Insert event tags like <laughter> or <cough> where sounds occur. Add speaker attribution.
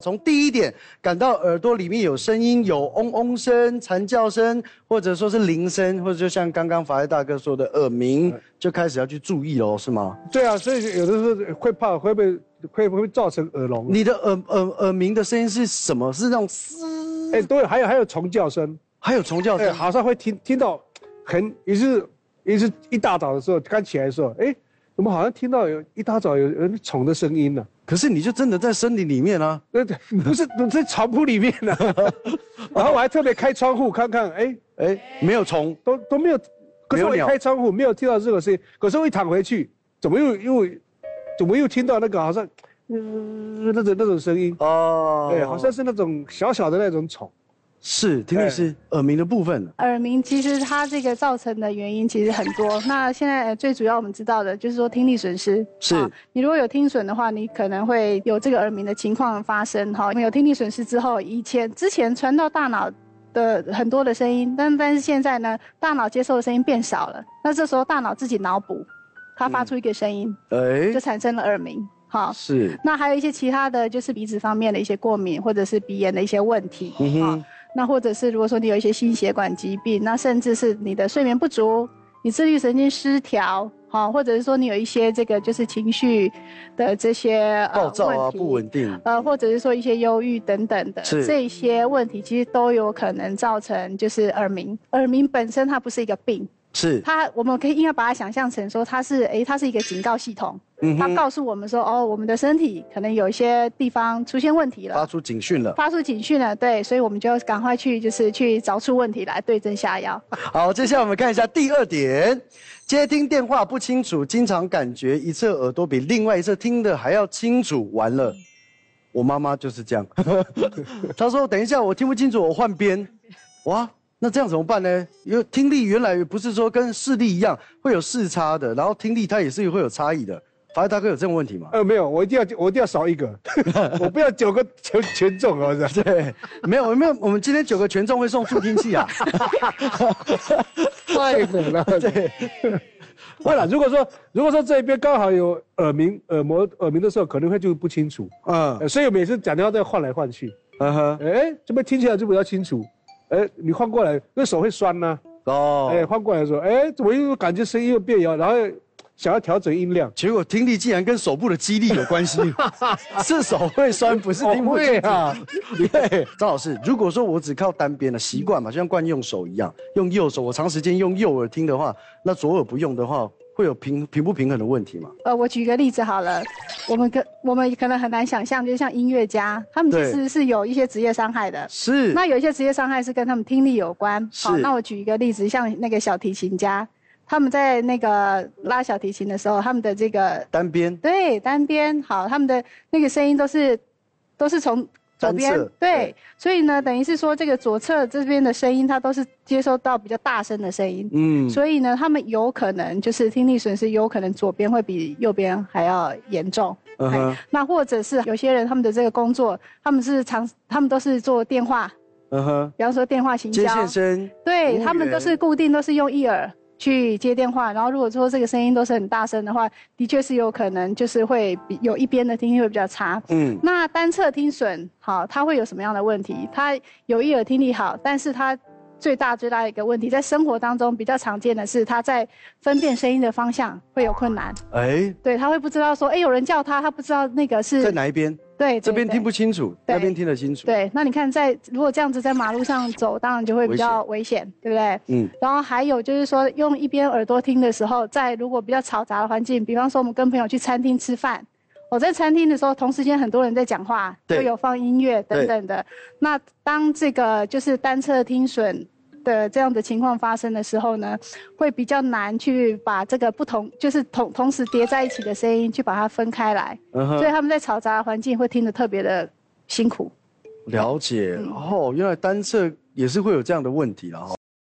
Speaker 1: 从第一点感到耳朵里面有声音，有嗡嗡声、蝉叫声，或者说是铃声，或者就像刚刚法医大哥说的耳鸣，就开始要去注意喽，是吗？
Speaker 2: 对啊，所以有的时候会怕会被会不会造成耳聋？
Speaker 1: 你的耳耳耳鸣的声音是什么？是那种嘶，
Speaker 2: 哎，对，还有还有虫叫声，
Speaker 1: 还有虫叫
Speaker 2: 哎，
Speaker 1: 声，
Speaker 2: 好像会听听到很也是也是一大早的时候刚起来的时候，哎，怎么好像听到有一大早有有虫的声音呢、 <laughs>
Speaker 1: 可是你就真的在森林里面啊，
Speaker 2: 那对不是不是床铺里面呢、
Speaker 1: <laughs>
Speaker 2: 然后我还特别开窗户看看，哎，
Speaker 1: 哎，没有虫，
Speaker 2: 都都没有，
Speaker 1: 没
Speaker 2: 可是
Speaker 1: 有
Speaker 2: 我一
Speaker 1: 鸟
Speaker 2: 开窗户没有听到这个声音，可是我一躺回去，怎么又又怎么又听到那个好像，呃，那种那种声音，
Speaker 1: 哦，
Speaker 2: 对，好像是那种小小的那种虫，
Speaker 1: 是，听律师耳鸣的部分，
Speaker 3: 耳鸣其实它这个造成的原因其实很多。那现在呃最主要我们知道的就是说听力损失。
Speaker 1: 是
Speaker 3: 啊你如果有听损的话，你可能会有这个耳鸣的情况发生哈。有听力损失之后，以前之前传到大脑。的很多的声音，但但是现在呢，大脑接受的声音变少了，那这时候大脑自己脑补，它发出一个声音，
Speaker 1: 哎
Speaker 3: 就，啊产生了耳鸣。好，
Speaker 1: 是，
Speaker 3: 那还有一些其他的就是鼻子方面的一些过敏，或者是鼻炎的一些问题。
Speaker 1: 嗯哼
Speaker 3: 啊，那或者是如果说你有一些心血管疾病，那甚至是你的睡眠不足，你自律神经失调，哈、或者是说你有一些这个就是情绪的这些
Speaker 1: 暴躁啊，
Speaker 3: 呃问题
Speaker 1: 不稳定，
Speaker 3: 呃，或者是说一些忧郁等等的
Speaker 1: 是
Speaker 3: 这些问题，其实都有可能造成就是耳鸣。耳鸣本身它不是一个病，
Speaker 1: 是，
Speaker 3: 它我们可以应该把它想象成说它是诶，它是一个警告系统，
Speaker 1: 嗯
Speaker 3: 它
Speaker 1: 哼，
Speaker 3: 告诉我们说哦，我们的身体可能有一些地方出现问题了，
Speaker 1: 发出警讯了。
Speaker 3: 发出警讯了，对，所以我们就要赶快去，就是去找出问题来对症下药。
Speaker 1: 好，接下来我们看一下第二点，接听电话不清楚，经常感觉一侧耳朵比另外一侧听的还要清楚。完了，我妈妈就是这样， <laughs> 她说等一下我听不清楚，我换边。哇，那这样怎么办呢？因为听力原来不是说跟视力一样会有视差的，然后听力它也是会有差异的。法医大哥有这种问题吗？
Speaker 2: 呃，没有，我一定要我一定要少一
Speaker 1: <laughs>
Speaker 2: 个，我不要九个全全中，我是。
Speaker 1: 对，没有没有，我们今天九个权重会送助听器啊。 <laughs>
Speaker 2: 太美了。对，会了。如果说如果说这一边刚好有耳鸣、耳膜、耳鸣的时候，可能会就不清楚。
Speaker 1: 嗯
Speaker 2: 呃所以我每次讲电话都要换来换去。
Speaker 1: 嗯哼，
Speaker 2: 哎，这边听起来就比较清楚。哎，你换过来，那手会酸呐、
Speaker 1: 哦，
Speaker 2: 哎，换过来说，哎，我又感觉声音又变小，然后想要调整音量。
Speaker 1: 结果听力竟然跟手部的肌力有关 <laughs> 系，是手会 <laughs> 酸，不是听不
Speaker 2: 对
Speaker 1: 清楚。
Speaker 2: 啊，
Speaker 1: 对，张老师，如果说我只靠单边的习惯嘛，就像惯用手一样，用右手，我长时间用右耳听的话，那左耳不用的话，会有平平不平衡的问题嘛？
Speaker 3: 呃，我举个例子好了，我们可我们可能很难想象，就像音乐家，他们其
Speaker 1: 对
Speaker 3: 实是有一些职业伤害的。
Speaker 1: 是，
Speaker 3: 那有一些职业伤害是跟他们听力有关。
Speaker 1: 是
Speaker 3: 那我举一个例子，像那个小提琴家，他们在那个拉小提琴的时候，他们的这个
Speaker 1: 单边
Speaker 3: 对单边好，他们的那个声音都是都是从左边
Speaker 1: 单侧对
Speaker 3: 对，所以呢，等于是说这个左侧这边的声音，它都是接收到比较大声的声音，
Speaker 1: 嗯，
Speaker 3: 所以呢，他们有可能就是听力损失，有可能左边会比右边还要严重。
Speaker 1: 嗯哼
Speaker 3: 哎，那或者是有些人他们的这个工作，他们是常他们都是做电话，
Speaker 1: 嗯哼，
Speaker 3: 比方说电话行
Speaker 1: 接
Speaker 3: 销，
Speaker 1: 线生，服务
Speaker 3: 对
Speaker 1: 员
Speaker 3: 他们都是固定都是用一耳去接电话，然后如果说这个声音都是很大声的话，的确是有可能就是会比有一边的听力会比较差。
Speaker 1: 嗯，
Speaker 3: 那单侧听损好，它会有什么样的问题？它有一耳听力好，但是它最大最大的一个问题，在生活当中比较常见的是，他在分辨声音的方向会有困难。
Speaker 1: 哎，
Speaker 3: 对，他会不知道说，哎，有人叫他，他不知道那个是
Speaker 1: 在哪一边？
Speaker 3: 对
Speaker 1: 这边听
Speaker 3: 不
Speaker 1: 不清楚，
Speaker 3: 对
Speaker 1: 那边听得清楚。，
Speaker 3: 对。那你看在，如果这样子在马路上走，当然就会比较危险，对不对？
Speaker 1: 嗯，
Speaker 3: 然后还有就是说，用一边耳朵听的时候，在如果比较嘈杂的环境，比方说我们跟朋友去餐厅吃饭，我在餐厅的时候，同时间很多人在讲话，
Speaker 1: 对
Speaker 3: 会有放音乐等等的。那当这个就是单侧听损的这样的情况发生的时候呢，会比较难去把这个不同就是同同时叠在一起的声音去把它分开来，
Speaker 1: 嗯
Speaker 3: 所以
Speaker 1: 哼，
Speaker 3: 他们在嘈杂的环境会听得特别的辛苦。
Speaker 1: 了解。哦，原来单侧也是会有这样的问题啦。哦